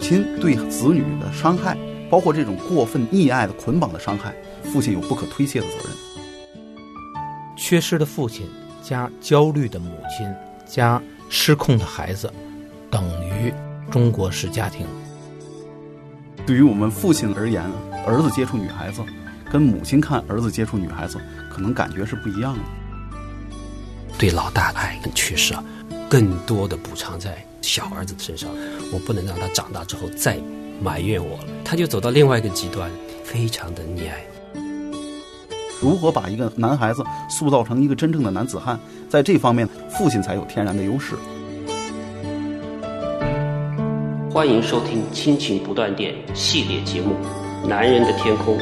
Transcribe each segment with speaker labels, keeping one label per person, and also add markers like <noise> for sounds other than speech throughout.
Speaker 1: 亲对子女的伤害，包括这种过分溺爱的捆绑的伤害，父亲有不可推卸的责任。
Speaker 2: 缺失的父亲加焦虑的母亲加失控的孩子，等于中国式家庭。
Speaker 1: 对于我们父亲而言，儿子接触女孩子，跟母亲看儿子接触女孩子，可能感觉是不一样的。
Speaker 3: 对老大的爱跟缺失啊，更多的补偿在小儿子身上。我不能让他长大之后再埋怨我了，他就走到另外一个极端，非常的溺爱。
Speaker 1: 如何把一个男孩子塑造成一个真正的男子汉，在这方面，父亲才有天然的优势。
Speaker 4: 欢迎收听《亲情不断电》系列节目《男人的天空》。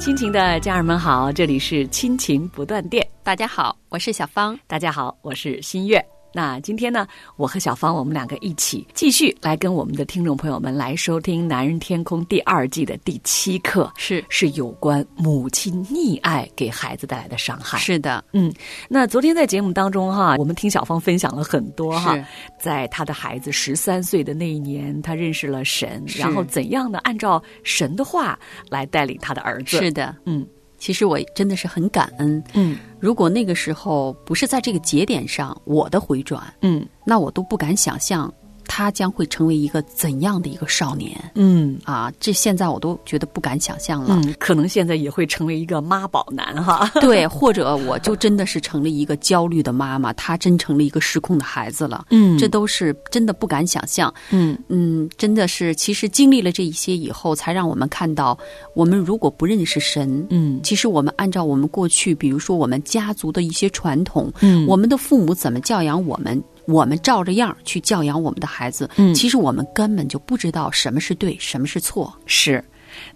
Speaker 5: 亲情的家人们好，这里是亲情不断电。
Speaker 6: 大家好，我是小芳。
Speaker 5: 大家好，我是新月。那今天呢，我和小芳我们两个一起继续来跟我们的听众朋友们来收听《男人天空》第二季的第七课，
Speaker 6: 是
Speaker 5: 是有关母亲溺爱给孩子带来的伤害。
Speaker 6: 是的，
Speaker 5: 嗯，那昨天在节目当中哈，我们听小芳分享了很多哈
Speaker 6: 是，
Speaker 5: 在她的孩子十三岁的那一年，她认识了神，
Speaker 6: 是
Speaker 5: 然后怎样的按照神的话来带领她的儿子。
Speaker 6: 是的。
Speaker 5: 嗯
Speaker 6: 其实我真的是很感恩。
Speaker 5: 嗯
Speaker 6: 如果那个时候不是在这个节点上我的回转，
Speaker 5: 嗯
Speaker 6: 那我都不敢想象他将会成为一个怎样的一个少年
Speaker 5: 嗯
Speaker 6: 啊！这现在我都觉得不敢想象了。
Speaker 5: 嗯，可能现在也会成为一个妈宝男哈。
Speaker 6: 对，或者我就真的是成了一个焦虑的妈妈，他真成了一个失控的孩子了。
Speaker 5: <laughs> 嗯
Speaker 6: 这都是真的不敢想象。
Speaker 5: 嗯
Speaker 6: 嗯，真的是，其实经历了这一些以后，才让我们看到，我们如果不认识神，
Speaker 5: 嗯
Speaker 6: 其实我们按照我们过去，比如说我们家族的一些传统，
Speaker 5: 嗯
Speaker 6: 我们的父母怎么教养我们，我们照着样儿去教养我们的孩子。
Speaker 5: 嗯
Speaker 6: 其实我们根本就不知道什么是对，什么是错。
Speaker 5: 是。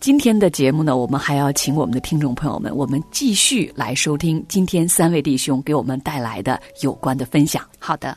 Speaker 5: 今天的节目呢，我们还要请我们的听众朋友们，我们继续来收听今天三位弟兄给我们带来的有关的分享。
Speaker 6: 好的，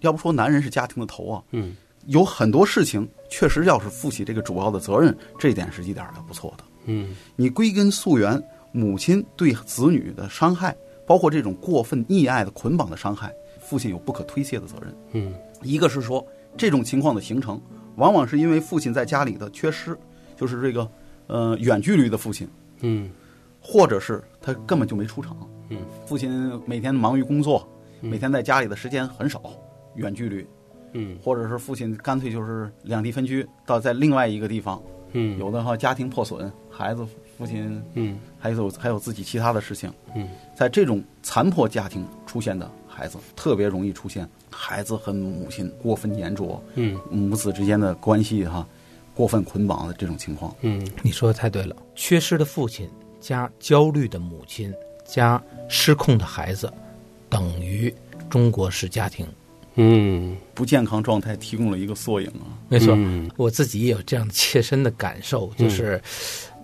Speaker 1: 要不说男人是家庭的头啊，
Speaker 3: 嗯，
Speaker 1: 有很多事情确实要是负起这个主要的责任，这一点是一点儿都不错的。
Speaker 3: 嗯，
Speaker 1: 你归根溯源，母亲对子女的伤害，包括这种过分溺爱的捆绑的伤害，父亲有不可推卸的责任。
Speaker 3: 嗯，
Speaker 1: 一个是说这种情况的形成，往往是因为父亲在家里的缺失，就是这个呃远距离的父亲，
Speaker 3: 嗯，
Speaker 1: 或者是他根本就没出场。
Speaker 3: 嗯，
Speaker 1: 父亲每天忙于工作，每天在家里的时间很少，远距离，
Speaker 3: 嗯，
Speaker 1: 或者是父亲干脆就是两地分居，到在另外一个地方，
Speaker 3: 嗯，
Speaker 1: 有的话家庭破损，孩子父亲
Speaker 3: 嗯，
Speaker 1: 还有还有自己其他的事情，
Speaker 3: 嗯，
Speaker 1: 在这种残破家庭出现的孩子，特别容易出现孩子和母亲过分粘着，
Speaker 3: 嗯，
Speaker 1: 母子之间的关系哈、过分捆绑的这种情况。
Speaker 3: 嗯，
Speaker 2: 你说的太对了，缺失的父亲加焦虑的母亲加失控的孩子，等于中国式家庭。
Speaker 3: 嗯，
Speaker 1: 不健康状态提供了一个缩影啊，
Speaker 2: 没错，
Speaker 3: 嗯
Speaker 2: 我自己也有这样切身的感受，就是，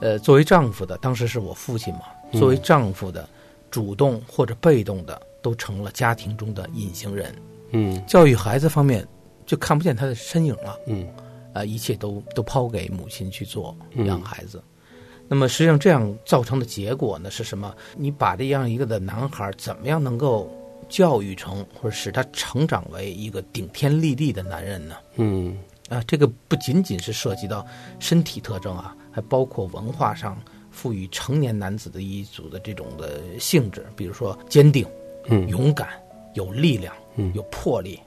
Speaker 2: 呃，作为丈夫的，当时是我父亲嘛，作为丈夫的，主动或者被动的，都成了家庭中的隐形人。
Speaker 3: 嗯，
Speaker 2: 教育孩子方面，就看不见他的身影了，
Speaker 3: 嗯，
Speaker 2: 啊，一切都都抛给母亲去做，
Speaker 3: 嗯
Speaker 2: 养孩子。那么实际上这样造成的结果呢是什么？你把这样一个的男孩怎么样能够教育成，或者使他成长为一个顶天立地的男人呢？
Speaker 3: 嗯，
Speaker 2: 啊，这个不仅仅是涉及到身体特征啊，还包括文化上赋予成年男子的一组的这种的性质，比如说坚定、
Speaker 3: 嗯
Speaker 2: 勇敢、有力量、
Speaker 3: 嗯
Speaker 2: 有魄力、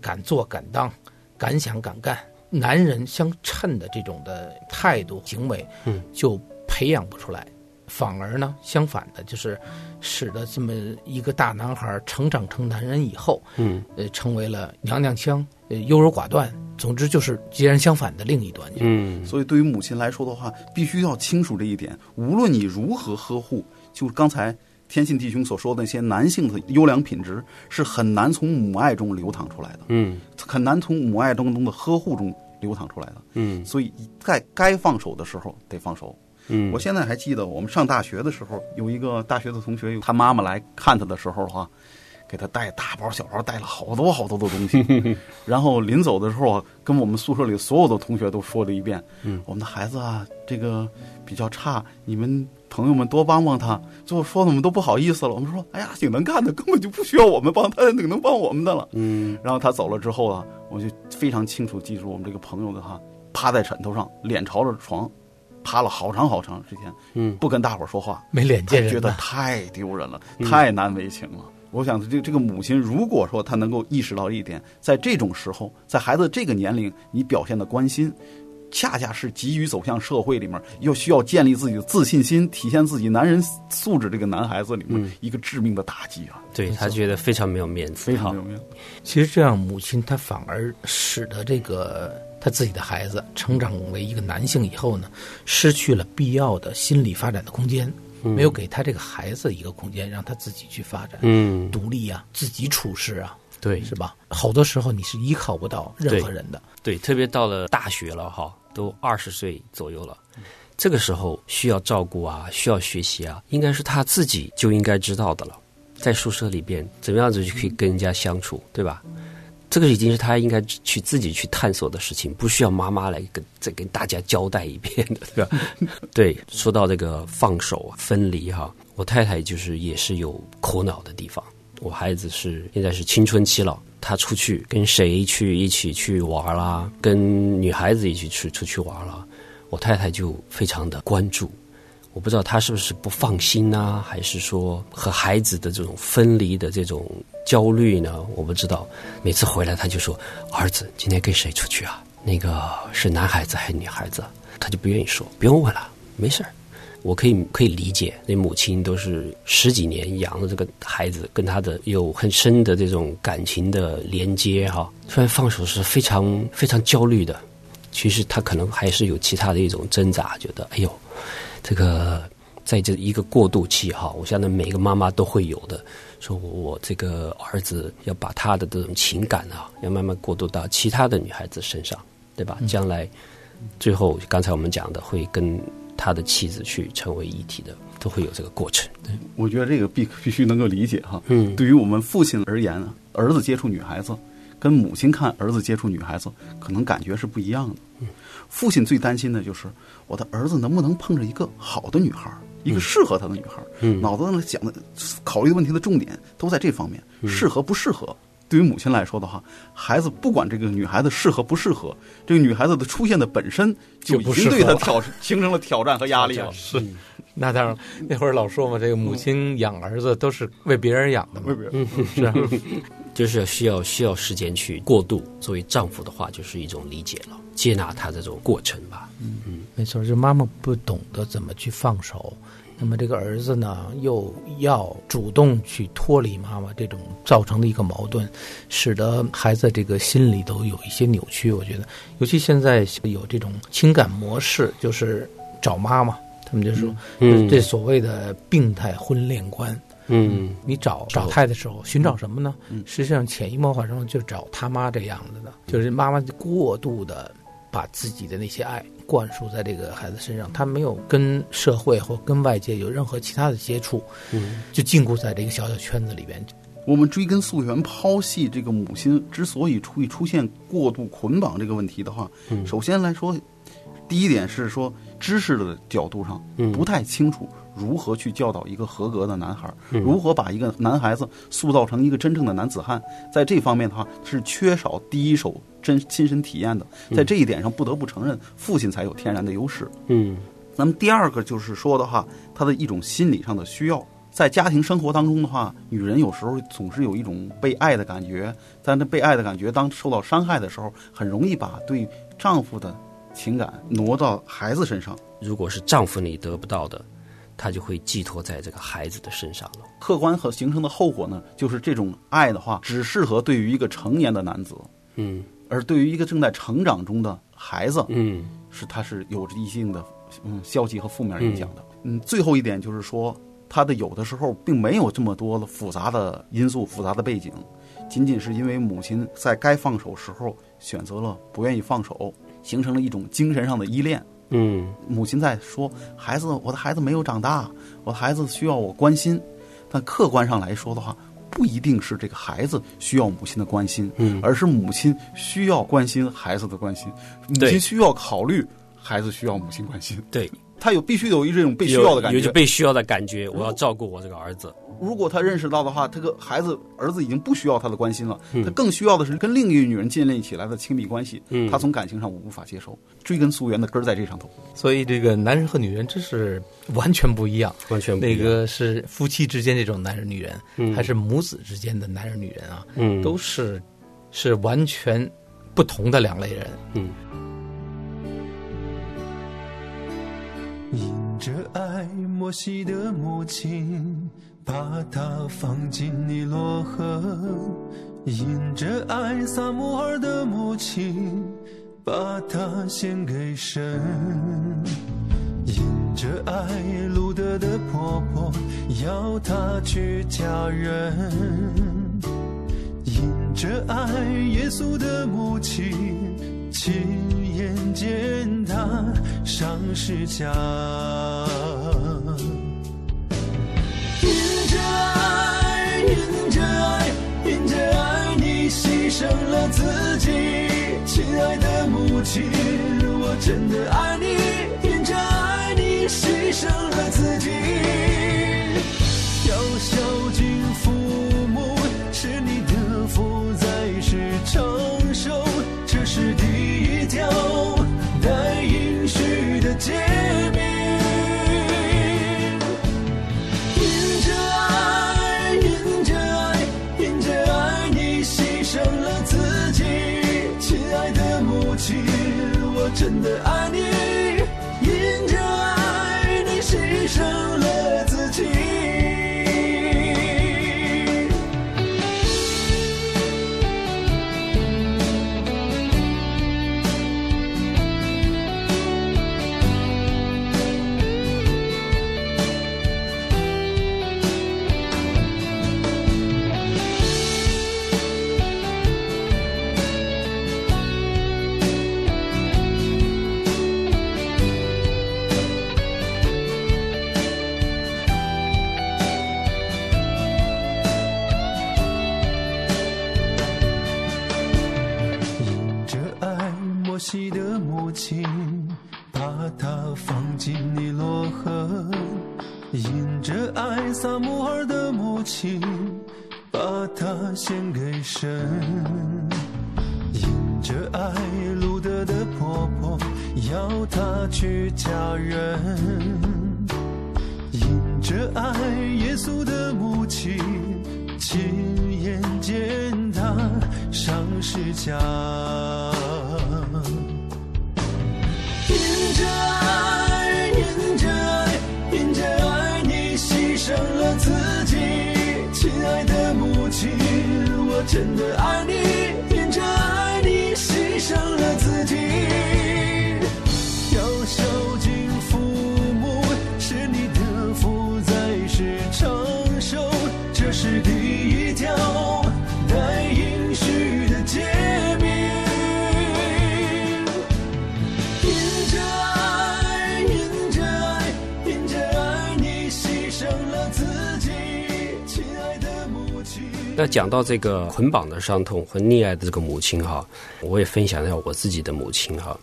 Speaker 2: 敢做敢当、敢想敢干，男人相称的这种的态度行为，
Speaker 3: 嗯，
Speaker 2: 就培养不出来。反而呢，相反的，就是使得这么一个大男孩成长成男人以后，
Speaker 3: 嗯，
Speaker 2: 呃，成为了娘娘腔、呃优柔寡断，总之就是截然相反的另一端。
Speaker 3: 嗯，
Speaker 1: 所以对于母亲来说的话，必须要清楚这一点。无论你如何呵护，就刚才天信弟兄所说的那些男性的优良品质，是很难从母爱中流淌出来的，
Speaker 3: 嗯
Speaker 1: 很难从母爱当中的呵护中流淌出来的。
Speaker 3: 嗯
Speaker 1: 所以在该放手的时候得放手。
Speaker 3: 嗯，
Speaker 1: 我现在还记得我们上大学的时候，有一个大学的同学，他妈妈来看他的时候哈、给他带大包小包，带了好多好多的东
Speaker 3: <laughs>
Speaker 1: 西。然后临走的时候啊，跟我们宿舍里所有的同学都说了一遍：“
Speaker 3: 嗯
Speaker 1: 我们的孩子啊，这个比较差，你们朋友们多帮帮他。”最后说的我们都不好意思了。我们说：“哎呀，挺能干的，根本就不需要我们帮，他挺能帮我们的了。”
Speaker 3: 嗯
Speaker 1: 然后他走了之后啊，我就非常清楚记住我们这个朋友的哈，趴在枕头上，脸朝着床，趴了好长好长时间，
Speaker 3: 嗯
Speaker 1: 不跟大伙儿说话，
Speaker 2: 没脸
Speaker 1: 他
Speaker 2: 见人
Speaker 1: 觉得
Speaker 2: 呐
Speaker 1: 太丢人了，太难为情了。我想，这这个母亲，如果说她能够意识到一点，在这种时候，在孩子这个年龄，你表现的关心，恰恰是急于走向社会里面，又需要建立自己的自信心，体现自己男人素质这个男孩子里面一个致命的打击啊，
Speaker 3: 对他觉得非常没有面子，
Speaker 1: 非常有面子。
Speaker 2: 其实这样，母亲她反而使得这个她自己的孩子成长为一个男性以后呢，失去了必要的心理发展的空间，没有给他这个孩子一个空间，让他自己去发展、
Speaker 3: 嗯，
Speaker 2: 独立啊，自己处事啊，
Speaker 3: 对
Speaker 2: 是吧？好多时候你是依靠不到任何
Speaker 3: 对
Speaker 2: 人的，
Speaker 3: 对，特别到了大学了哈，都二十岁左右了，这个时候需要照顾啊，需要学习啊，应该是他自己就应该知道的了。在宿舍里边，怎么样子去跟人家相处，对吧？这个已经是他应该去自己去探索的事情，不需要妈妈来跟再跟大家交代一遍的，对吧？对，说到这个放手啊、分离哈、我太太就是也是有苦恼的地方。我孩子是现在是青春期了，他出去跟谁去一起去玩啦，跟女孩子一起去出去玩啦，我太太就非常的关注。我不知道她是不是不放心呢、还是说和孩子的这种分离的这种焦虑呢？我不知道。每次回来，她就说：“儿子，今天跟谁出去啊？那个是男孩子还是女孩子啊？”她就不愿意说，不用问了，没事儿。我可以可以理解，那母亲都是十几年养了这个孩子，跟他的有很深的这种感情的连接哈。突然放手是非常非常焦虑的，其实他可能还是有其他的一种挣扎，觉得哎呦，这个在这一个过渡期哈，我相信每个妈妈都会有的，说我我这个儿子要把他的这种情感啊，要慢慢过渡到其他的女孩子身上，对吧？将来最后刚才我们讲的会跟他的妻子去成为一体的，都会有这个过程。
Speaker 1: 我觉得这个必必须能够理解哈。
Speaker 3: 嗯
Speaker 1: 对于我们父亲而言啊，儿子接触女孩子，跟母亲看儿子接触女孩子，可能感觉是不一样的。
Speaker 2: 嗯
Speaker 1: 父亲最担心的就是我的儿子能不能碰着一个好的女孩儿，
Speaker 2: 嗯
Speaker 1: 一个适合他的女孩儿。
Speaker 3: 嗯
Speaker 1: 脑子里想的、考虑问题的重点都在这方面，
Speaker 2: 嗯
Speaker 1: 适合不适合。对于母亲来说的话，孩子不管这个女孩子适合不适合，这个女孩子的出现的本身就
Speaker 2: 就
Speaker 1: 已
Speaker 2: 不
Speaker 1: 经
Speaker 2: 适
Speaker 1: 对
Speaker 2: 合
Speaker 1: 她
Speaker 2: 了
Speaker 1: 挑形成了挑战和压力
Speaker 2: 啊
Speaker 1: 了。是，
Speaker 2: 嗯那当然，那会儿老说嘛，这个母亲养儿子都是为别人养的嘛，是啊，
Speaker 3: 就是需要需要时间去过渡。作为丈夫的话，就是一种理解了，接纳他这种过程吧。
Speaker 2: 没错，就妈妈不懂得怎么去放手，那么这个儿子呢，又要主动去脱离妈妈，这种造成的一个矛盾，使得孩子这个心里头有一些扭曲。我觉得，尤其现在有这种情感模式，就是找妈妈，他们就说，
Speaker 3: 嗯
Speaker 2: 这所谓的病态婚恋观。
Speaker 3: 嗯
Speaker 2: 你找找他的时候，寻找什么呢？实际上潜移默化中就找他妈这样子的，就是妈妈过度的把自己的那些爱灌输在这个孩子身上，他没有跟社会或跟外界有任何其他的接触，
Speaker 3: 嗯
Speaker 2: 就禁锢在这个小小圈子里边。
Speaker 1: 我们追根溯源剖析这个母亲之所以出出现过度捆绑这个问题的话，首先来说，第一点是说知识的角度上
Speaker 3: 嗯
Speaker 1: 不太清楚如何去教导一个合格的男孩，如何把一个男孩子塑造成一个真正的男子汉，在这方面的话是缺少第一手真亲身体验的，在这一点上不得不承认，父亲才有天然的优势。
Speaker 3: 嗯
Speaker 1: 那么第二个就是说的话，他的一种心理上的需要，在家庭生活当中的话，女人有时候总是有一种被爱的感觉，但这被爱的感觉当受到伤害的时候，很容易把对丈夫的情感挪到孩子身上。
Speaker 3: 如果是丈夫你得不到的，他就会寄托在这个孩子的身上了。
Speaker 1: 客观和形成的后果呢，就是这种爱的话，只适合对于一个成年的男子，
Speaker 3: 嗯
Speaker 1: 而对于一个正在成长中的孩子，
Speaker 3: 嗯
Speaker 1: 是它是有着一定的嗯消极和负面影响的。嗯，最后一点就是说，它的有的时候并没有这么多的复杂的因素、复杂的背景，仅仅是因为母亲在该放手时候选择了不愿意放手，形成了一种精神上的依恋。
Speaker 3: 嗯，
Speaker 1: 母亲在说：“孩子，我的孩子没有长大，我的孩子需要我关心。”但客观上来说的话，不一定是这个孩子需要母亲的关心，
Speaker 3: 嗯
Speaker 1: 而是母亲需要关心孩子的关心，母
Speaker 3: 对
Speaker 1: 亲需要考虑孩子需要母亲关心，
Speaker 3: 对，
Speaker 1: 他有必须有一这种被需
Speaker 3: 有
Speaker 1: 要的感
Speaker 3: 有一
Speaker 1: 觉
Speaker 3: 种。被需要的感觉，我要照顾我这个儿子。
Speaker 1: 如果他认识到的话，这个孩子儿子已经不需要他的关心了，他更需要的是跟另一个女人建立起来的亲密关系。
Speaker 3: 嗯
Speaker 1: 他从感情上无法接受，追根溯源的根儿在这上头。
Speaker 2: 所以这个男人和女人真是完全不一样，
Speaker 3: 完全不一
Speaker 2: 那
Speaker 3: 样
Speaker 2: 个是夫妻之间这种男人女人，
Speaker 3: 嗯
Speaker 2: 还是母子之间的男人女人啊，
Speaker 3: 嗯
Speaker 2: 都是是完全不同的两类人。
Speaker 3: 嗯，
Speaker 7: 因着爱摩西的母亲，把它放进尼罗河；因着爱撒母耳的母亲，把它献给神。因着爱路德的婆婆，要她去嫁人。因着爱耶稣的母亲，亲眼见他上十架。因着爱，因着爱，因着爱你牺牲了自己，亲爱的母亲，我真的爱你。因着爱你牺牲了自己，要孝敬父母，是你的福在世长寿，这是第一条带应许的诫命。因着爱，因着爱，因着爱你牺牲了自己，亲爱的母亲，我真的爱你。因着爱，你牺牲了自己。因着爱摩西的母亲，把它放进尼罗河；因着爱撒母耳的母亲，把它献给神。因着爱路德的婆婆，要她去嫁人。因着爱耶稣的母亲，亲眼见他上十架。因着爱，因着爱，因着爱你牺牲了自己，亲爱的母亲，我真的爱你。因着爱你牺牲了自己。要孝敬父母，是你的福在世长寿，这是第一条带应许的诫命。因着爱，因着爱，因着爱你牺牲了自己，亲爱的母亲。
Speaker 3: 那讲到这个捆绑的伤痛和溺爱的这个母亲哈，我也分享一下我自己的母亲哈。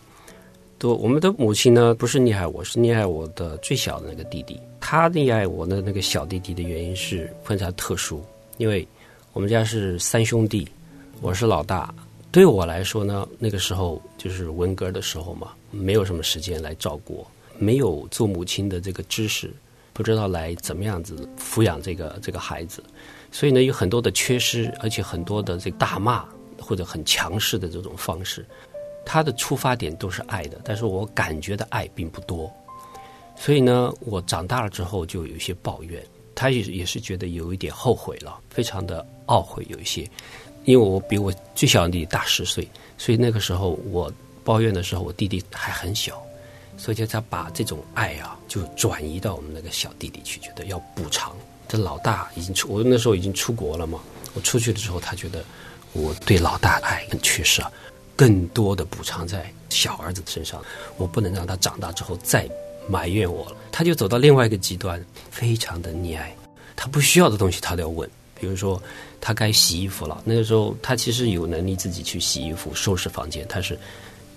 Speaker 3: 都我们的母亲呢，不是溺爱我，是溺爱我的最小的那个弟弟。他溺爱我的那个小弟弟的原因是非常特殊，因为我们家是三兄弟，我是老大。对我来说呢，那个时候就是文革的时候嘛，没有什么时间来照顾我，没有做母亲的这个知识，不知道来怎么样子抚养这个这个孩子。所以呢，有很多的缺失，而且很多的这个大骂或者很强势的这种方式，他的出发点都是爱的，但是我感觉的爱并不多，所以呢，我长大了之后就有一些抱怨，他也也是觉得有一点后悔了，非常的懊悔，有一些，因为我比我最小的弟弟大十岁，所以那个时候我抱怨的时候，我弟弟还很小，所以就他把这种爱啊，就转移到我们那个小弟弟去，觉得要补偿。这老大已经出，我那时候已经出国了嘛，我出去的时候，他觉得我对老大的爱跟缺失啊，更多的补偿在小儿子身上，我不能让他长大之后再埋怨我了。他就走到另外一个极端，非常的溺爱，他不需要的东西他都要问，比如说他该洗衣服了，那个时候他其实有能力自己去洗衣服、收拾房间，他是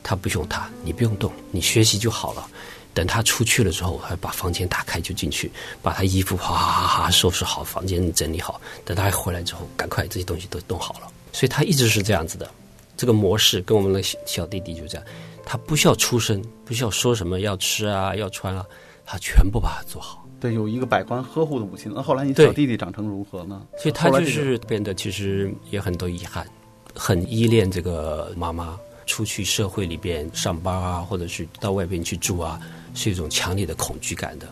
Speaker 3: 他不用他，你不用动，你学习就好了。等他出去了之后，还把房间打开就进去，把他衣服哗哗哗收拾好，房间整理好。等他回来之后，赶快这些东西都弄好了。所以他一直是这样子的，这个模式跟我们的小小弟弟就这样，他不需要出声，不需要说什么要吃啊要穿啊，他全部把它做好。
Speaker 1: 对，有一个百官呵护的母亲。那后来你
Speaker 3: 对
Speaker 1: 小弟弟长成如何呢？
Speaker 3: 所以他
Speaker 1: 后来
Speaker 3: 就
Speaker 1: 这个
Speaker 3: 是变得其实也很多遗憾，很依恋这个妈妈。出去社会里边上班啊，或者是到外边去住啊，是一种强烈的恐惧感的。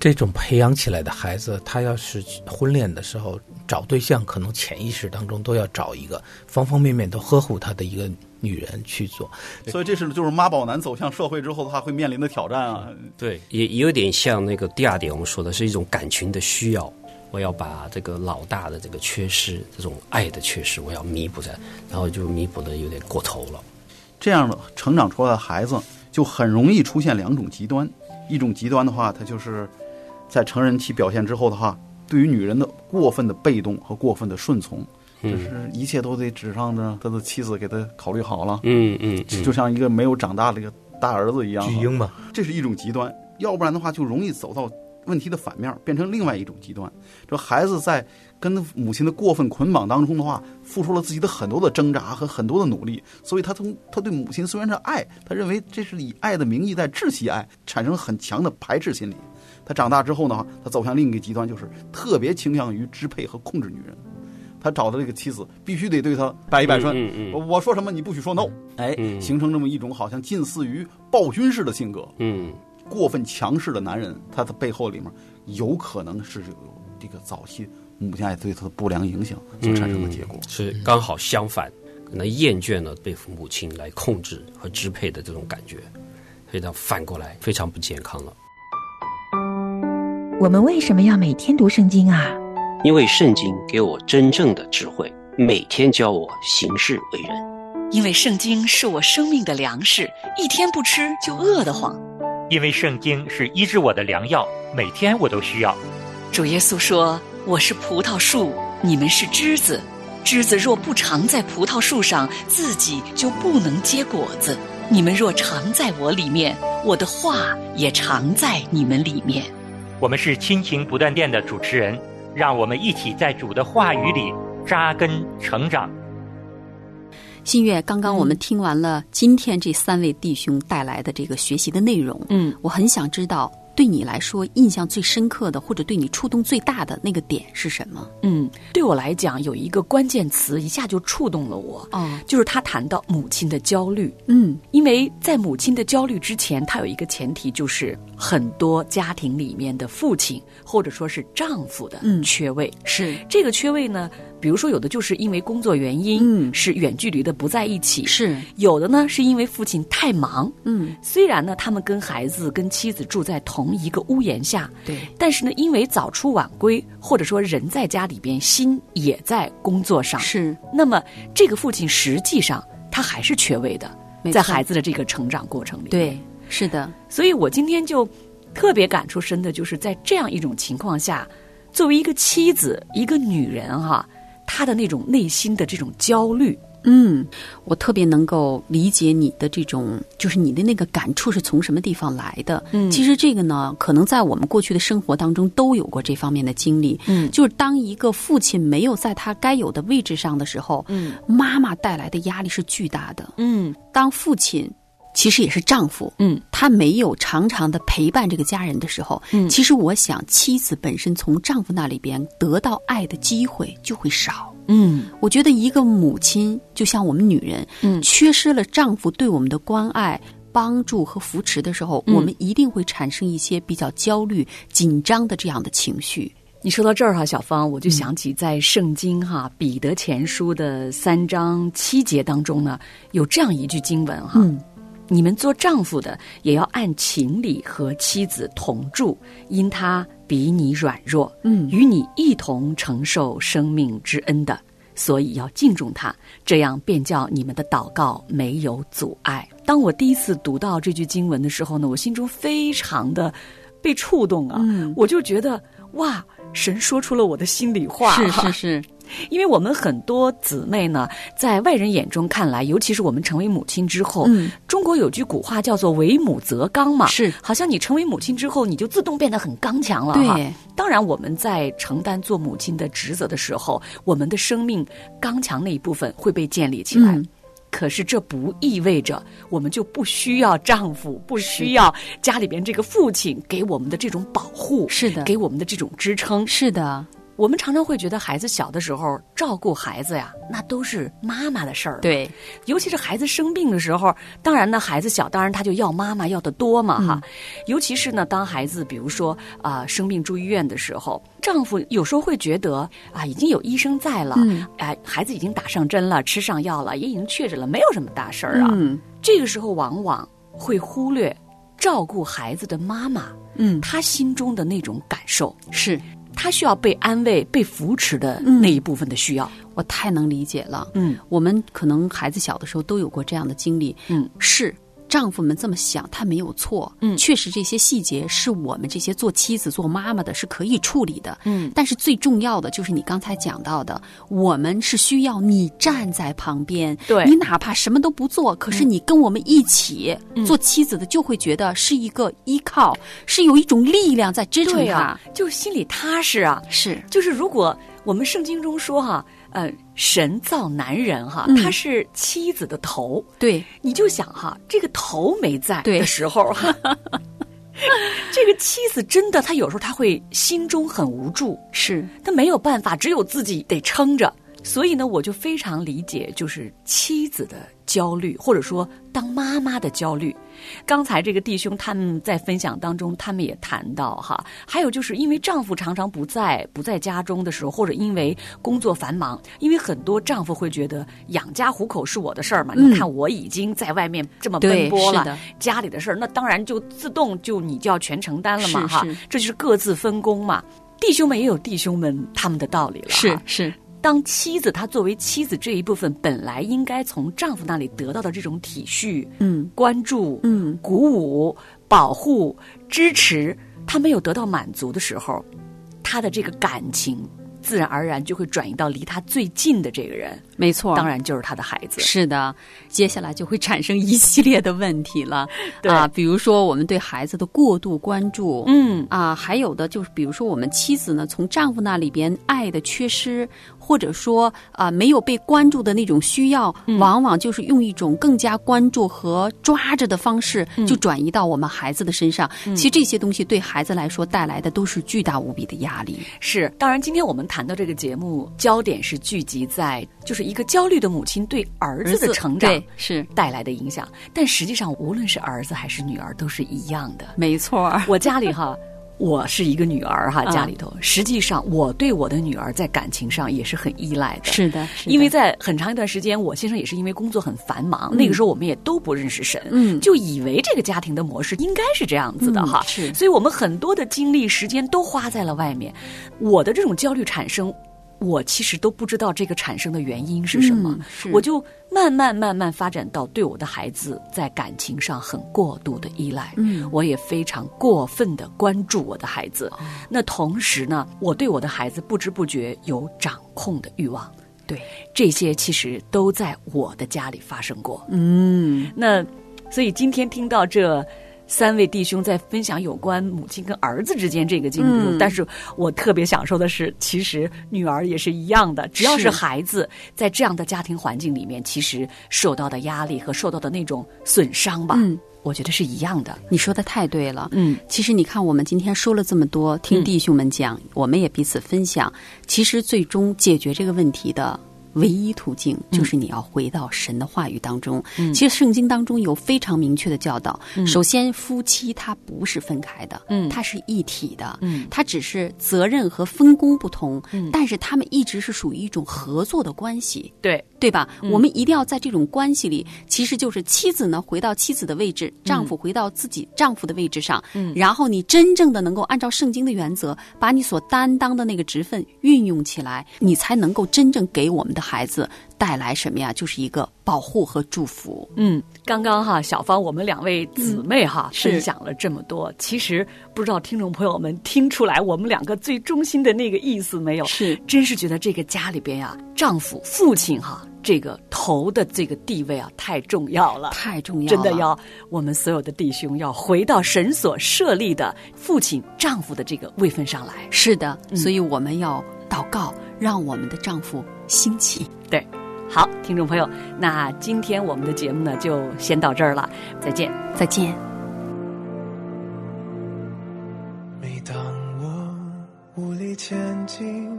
Speaker 2: 这种培养起来的孩子，他要是婚恋的时候找对象，可能潜意识当中都要找一个方方面面都呵护他的一个女人去做。
Speaker 1: 所以这是就是妈宝男走向社会之后的话会面临的挑战啊。
Speaker 3: 对，也也有点像那个第二点我们说的是一种感情的需要，我要把这个老大的这个缺失，这种爱的缺失，我要弥补在，然后就弥补的有点过头了。
Speaker 1: 这样的成长出来的孩子，就很容易出现两种极端。一种极端的话，他就是在成人期表现之后的话，对于女人的过分的被动和过分的顺从，
Speaker 3: 嗯
Speaker 1: 就是一切都得指上着他的妻子给他考虑好了，
Speaker 3: 嗯嗯
Speaker 1: 就像一个没有长大的一个大儿子一样。啊
Speaker 2: 巨婴嘛，
Speaker 1: 这是一种极端，要不然的话就容易走到问题的反面，变成另外一种极端。这孩子在跟母亲的过分捆绑当中的话，付出了自己的很多的挣扎和很多的努力，所以他从他对母亲虽然是爱，他认为这是以爱的名义在窒息爱，产生了很强的排斥心理。他长大之后呢，他走向另一个极端，就是特别倾向于支配和控制女人。他找的这个妻子必须得对他百依百顺，
Speaker 3: 嗯嗯嗯
Speaker 1: 我我说什么你不许说 no，哎，
Speaker 3: 嗯
Speaker 1: 形成这么一种好像近似于暴君式的性格。
Speaker 3: 嗯，
Speaker 1: 过分强势的男人，他的背后里面有可能是有这个早期母亲爱对他的不良影响所产生的结果。
Speaker 3: 嗯是刚好相反，可能厌倦了被母亲来控制和支配的这种感觉，所以他反过来非常不健康了。
Speaker 8: 我们为什么要每天读圣经啊？
Speaker 4: 因为圣经给我真正的智慧，每天教我行事为人。
Speaker 5: 因为圣经是我生命的粮食，一天不吃就饿得慌。
Speaker 9: 因为圣经是医治我的良药，每天我都需要。
Speaker 5: 主耶稣说：“我是葡萄树，你们是枝子。枝子若不常在葡萄树上，自己就不能结果子。你们若常在我里面，我的话也常在你们里面。
Speaker 9: 我们是亲情不断电的主持人，让我们一起在主的话语里扎根成长。
Speaker 6: 新月，刚刚我们听完了今天这三位弟兄带来的这个学习的内容，
Speaker 5: 嗯，
Speaker 6: 我很想知道对你来说印象最深刻的，或者对你触动最大的那个点是什么？”
Speaker 5: 嗯，对我来讲，有一个关键词一下就触动了我，
Speaker 6: 哦，
Speaker 5: 就是他谈到母亲的焦虑。
Speaker 6: 嗯
Speaker 5: 因为在母亲的焦虑之前，她有一个前提，就是很多家庭里面的父亲或者说是丈夫的
Speaker 6: 嗯
Speaker 5: 缺位。
Speaker 6: 是
Speaker 5: 这个缺位呢，比如说有的就是因为工作原因，
Speaker 6: 嗯
Speaker 5: 是远距离的不在一起；
Speaker 6: 是，
Speaker 5: 有的呢是因为父亲太忙。
Speaker 6: 嗯，
Speaker 5: 虽然呢，他们跟孩子、跟妻子住在同一个屋檐下，
Speaker 6: 对，
Speaker 5: 但是呢，因为早出晚归，或者说人在家里边，心也在工作上，
Speaker 6: 是
Speaker 5: 那么这个父亲实际上他还是缺位的
Speaker 6: 没，错
Speaker 5: 在孩子的这个成长过程里。
Speaker 6: 对，，是的，
Speaker 5: 所以我今天就特别感触深的，就是在这样一种情况下，作为一个妻子、一个女人哈、她的那种内心的这种焦虑，
Speaker 6: 嗯，我特别能够理解你的这种，就是你的那个感触是从什么地方来的。
Speaker 5: 嗯
Speaker 6: 其实这个呢，可能在我们过去的生活当中都有过这方面的经历。
Speaker 5: 嗯
Speaker 6: 就是当一个父亲没有在他该有的位置上的时候，
Speaker 5: 嗯
Speaker 6: 妈妈带来的压力是巨大的。
Speaker 5: 嗯
Speaker 6: 当父亲其实也是丈夫，
Speaker 5: 嗯，
Speaker 6: 他没有常常的陪伴这个家人的时候，
Speaker 5: 嗯
Speaker 6: 其实我想，妻子本身从丈夫那里边得到爱的机会就会少。
Speaker 5: 嗯
Speaker 6: 我觉得一个母亲，就像我们女人，
Speaker 5: 嗯
Speaker 6: 缺失了丈夫对我们的关爱、帮助和扶持的时候，
Speaker 5: 嗯
Speaker 6: 我们一定会产生一些比较焦虑、紧张的这样的情绪。
Speaker 5: 你说到这儿哈、小芳，
Speaker 6: 嗯
Speaker 5: 我就想起在圣经哈、彼得
Speaker 6: 嗯
Speaker 5: 前书的三章七节当中呢，有这样一句经文哈、你们做丈夫的也要按情理和妻子同住，因她比你软弱，
Speaker 6: 嗯，
Speaker 5: 与你一同承受生命之恩的，所以要敬重她，这样便叫你们的祷告没有阻碍。当我第一次读到这句经文的时候呢，我心中非常的被触动啊，
Speaker 6: 嗯
Speaker 5: 我就觉得哇，神说出了我的心里话、
Speaker 6: 是是是，
Speaker 5: 因为我们很多姊妹呢，在外人眼中看来，尤其是我们成为母亲之后，
Speaker 6: 嗯
Speaker 5: 中国有句古话叫做“为母则刚”嘛，
Speaker 6: 是
Speaker 5: 好像你成为母亲之后，你就自动变得很刚强了哈。
Speaker 6: 对，
Speaker 5: 当然，我们在承担做母亲的职责的时候，我们的生命刚强那一部分会被建立起来。
Speaker 6: 嗯
Speaker 5: 可是这不意味着我们就不需要丈夫，不需要家里边这个父亲给我们的这种保护，
Speaker 6: 是的
Speaker 5: 给我们的这种支撑，
Speaker 6: 是的，
Speaker 5: 我们常常会觉得孩子小的时候照顾孩子呀，那都是妈妈的事儿。，
Speaker 6: 对，
Speaker 5: 尤其是孩子生病的时候，当然呢，孩子小，当然他就要妈妈要的多嘛哈。
Speaker 6: 嗯
Speaker 5: 尤其是呢，当孩子比如说啊、生病住医院的时候，丈夫有时候会觉得啊已经有医生在了，
Speaker 6: 嗯
Speaker 5: 哎，孩子已经打上针了，吃上药了，也已经确诊了，没有什么大事儿啊。
Speaker 6: 嗯
Speaker 5: 这个时候往往会忽略照顾孩子的妈妈
Speaker 6: 嗯，
Speaker 5: 她心中的那种感受。
Speaker 6: 是嗯
Speaker 5: 他需要被安慰、被扶持的那一部分的需要。
Speaker 6: 我太能理解了。
Speaker 5: 嗯
Speaker 6: 我们可能孩子小的时候都有过这样的经历，
Speaker 5: 嗯，
Speaker 6: 是丈夫们这么想，他没有错，
Speaker 5: 嗯
Speaker 6: 确实这些细节是我们这些做妻子、做妈妈的是可以处理的，
Speaker 5: 嗯，
Speaker 6: 但是最重要的就是你刚才讲到的，我们是需要你站在旁边，
Speaker 5: 对嗯
Speaker 6: 你哪怕什么都不做，可是你跟我们一起、做妻子的，就会觉得是一个依靠，是有一种力量在支撑
Speaker 5: 对
Speaker 6: 他，
Speaker 5: 啊，就是心里踏实啊。
Speaker 6: 是
Speaker 5: 就是如果我们圣经中说哈、呃，神造男人哈、
Speaker 6: 嗯
Speaker 5: 他是妻子的头，
Speaker 6: 对，
Speaker 5: 你就想哈、这个头没在
Speaker 6: 对
Speaker 5: 的时候
Speaker 6: <laughs>
Speaker 5: 哈。这个妻子真的，她有时候她会心中很无助，
Speaker 6: 是
Speaker 5: 她没有办法，只有自己得撑着。所以呢，我就非常理解，就是妻子的焦虑，或者说当妈妈的焦虑。刚才这个弟兄他们在分享当中，他们也谈到哈，还有就是因为丈夫常常不在不在家中的时候，或者因为工作繁忙，因为很多丈夫会觉得养家糊口是我的事儿嘛，
Speaker 6: 嗯
Speaker 5: 你看我已经在外面这么奔
Speaker 6: 对
Speaker 5: 波
Speaker 6: 是
Speaker 5: 了
Speaker 6: 的，
Speaker 5: 家里的事儿那当然就自动就你就要全承担了嘛
Speaker 6: 是
Speaker 5: 哈
Speaker 6: 是，
Speaker 5: 这就是各自分工嘛。弟兄们也有弟兄们他们的道理了哈，
Speaker 6: 是是，
Speaker 5: 当妻子，她作为妻子这一部分本来应该从丈夫那里得到的这种体恤、
Speaker 6: 嗯
Speaker 5: 关注、
Speaker 6: 嗯
Speaker 5: 鼓舞、保护、支持，她没有得到满足的时候，她的这个感情自然而然就会转移到离她最近的这个人，
Speaker 6: 没错，
Speaker 5: 当。然就是她的孩子。
Speaker 6: 是的，接下来就会产生一系列的问题了
Speaker 5: 对
Speaker 6: 啊，比如说我们对孩子的过度关注，
Speaker 5: 嗯，
Speaker 6: 啊，还有的就是比如说我们妻子呢，从丈夫那里边爱的缺失，或者说啊没有被关注的那种需要，往往就是用一种更加关注和抓着的方式，就转移到我们孩子的身上。其实这些东西对孩子来说带来的都是巨大无比的压力。
Speaker 5: 是。当然，今天我们谈到这个节目，焦点是聚集在就是一个焦虑的母亲对儿子的成长
Speaker 6: 对是
Speaker 5: 带来的影响，但实际上，无论是儿子还是女儿，都是一样的。
Speaker 6: 没错儿，
Speaker 5: 我家里哈，我是一个女儿哈，
Speaker 6: 嗯
Speaker 5: 家里头、实际上我对我的女儿在感情上也是很依赖的。
Speaker 6: 是的，是的
Speaker 5: 因为在很长一段时间，我先生也是因为工作很繁忙，那个时候我们也都不认识神，
Speaker 6: 嗯
Speaker 5: 就以为这个家庭的模式应该是这样子的哈，
Speaker 6: 嗯是
Speaker 5: 所以我们很多的精力、时间都花在了外面。我的这种焦虑产生，我其实都不知道这个产生的原因是什么
Speaker 6: 嗯，是
Speaker 5: 我就慢慢慢慢发展到对我的孩子在感情上很过度的依赖，
Speaker 6: 嗯哦
Speaker 5: 我也非常过分的关注我的孩子。那同时呢，我对我的孩子不知不觉有掌控的欲望。
Speaker 6: 对，
Speaker 5: 这些其实都在我的家里发生过。
Speaker 6: 嗯，
Speaker 5: 那所以今天听到这三位弟兄在分享有关母亲跟儿子之间这个经历中，
Speaker 6: 嗯
Speaker 5: 但是我特别想说的是，其实女儿也是一样的，只要
Speaker 6: 是
Speaker 5: 是孩子在这样的家庭环境里面，其实受到的压力和受到的那种损伤吧，
Speaker 6: 嗯
Speaker 5: 我觉得是一样的。
Speaker 6: 你说的太对了。
Speaker 5: 嗯，
Speaker 6: 其实你看，我们今天说了这么多，听弟兄们讲，我们也彼此分享。其实最终解决这个问题的唯一途径，
Speaker 5: 嗯
Speaker 6: 就是你要回到神的话语当中。其实圣经当中有非常明确的教导。首先，夫妻它不是分开的，
Speaker 5: 嗯
Speaker 6: 它是一体的，
Speaker 5: 嗯
Speaker 6: 它只是责任和分工不同，但是他们一直是属于一种合作的关系。
Speaker 5: 对，
Speaker 6: 对吧？
Speaker 10: 嗯
Speaker 6: 我们一定要在这种关系里，其实就是妻子呢回到妻子的位置，
Speaker 5: 嗯
Speaker 6: 丈夫回到自己丈夫的位置上，
Speaker 10: 嗯
Speaker 6: 然后你真正的能够按照圣经的原则，把你所担当的那个职分运用起来，你才能够真正给我们的孩子带来什么呀？就是一个保护和祝福。
Speaker 10: 嗯，
Speaker 5: 刚刚哈，小芳，我们两位姊妹哈、
Speaker 6: 嗯是
Speaker 5: 分享了这么多，其实不知道听众朋友们听出来我们两个最中心的那个意思没有？
Speaker 6: 是，
Speaker 5: 真是觉得这个家里边呀、丈夫、父亲哈、这个头的这个地位啊，太重要了，
Speaker 6: 太重
Speaker 5: 真的要我们所有的弟兄要回到神所设立的父亲、丈夫的这个位分上来。
Speaker 6: 是的，
Speaker 5: 嗯
Speaker 6: 所以我们要祷告，让我们的丈夫兴起。
Speaker 5: 对，好，听众朋友，那今天我们的节目呢就先到这儿了，再见。
Speaker 6: 再见。
Speaker 7: 每当我无力前进，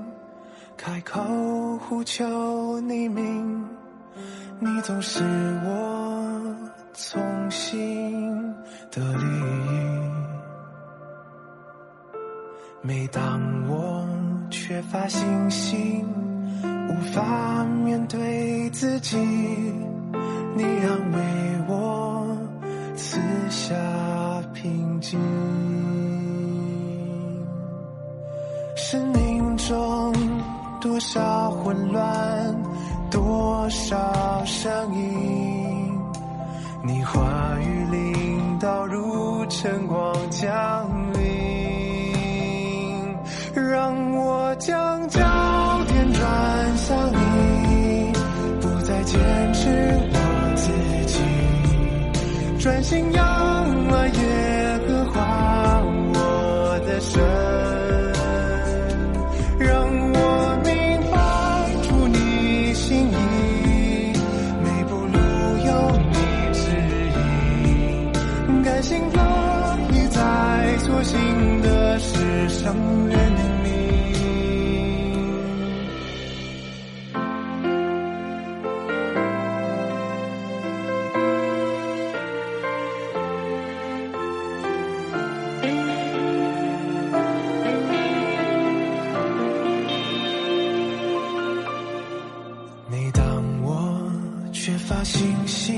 Speaker 7: 开口呼求你名，你总是我从心的利益。每当我缺乏信心，无法面对自己，你安慰我，赐下平静。生命中多少混乱，多少声音，你话语领导如晨光降临，让我将焦点转向你，不再坚持我自己。专心仰望耶和华我的神，让我明白出你心意，每步路有你指引，甘心乐意在所行的事上认你。每当我缺乏信心，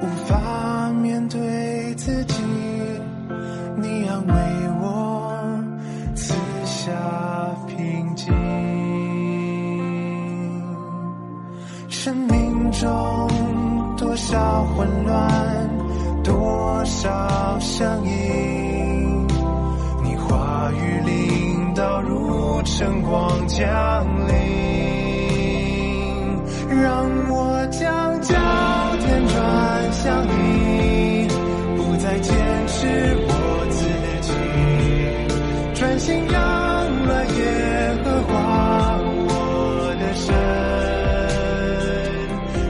Speaker 7: 无法面对自己，你安慰我，赐下平静。生命中多少混乱，多少声音，你话语领导如晨光降临，让我将焦点转向你，不再坚持我自己，专心仰望耶和华我的神。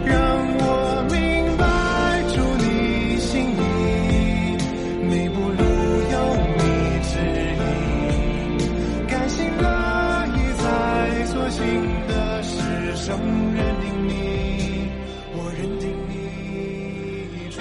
Speaker 7: 让我明白出你心意，每步路有你指引。甘心乐意在所行的事上认定你，我认定你。主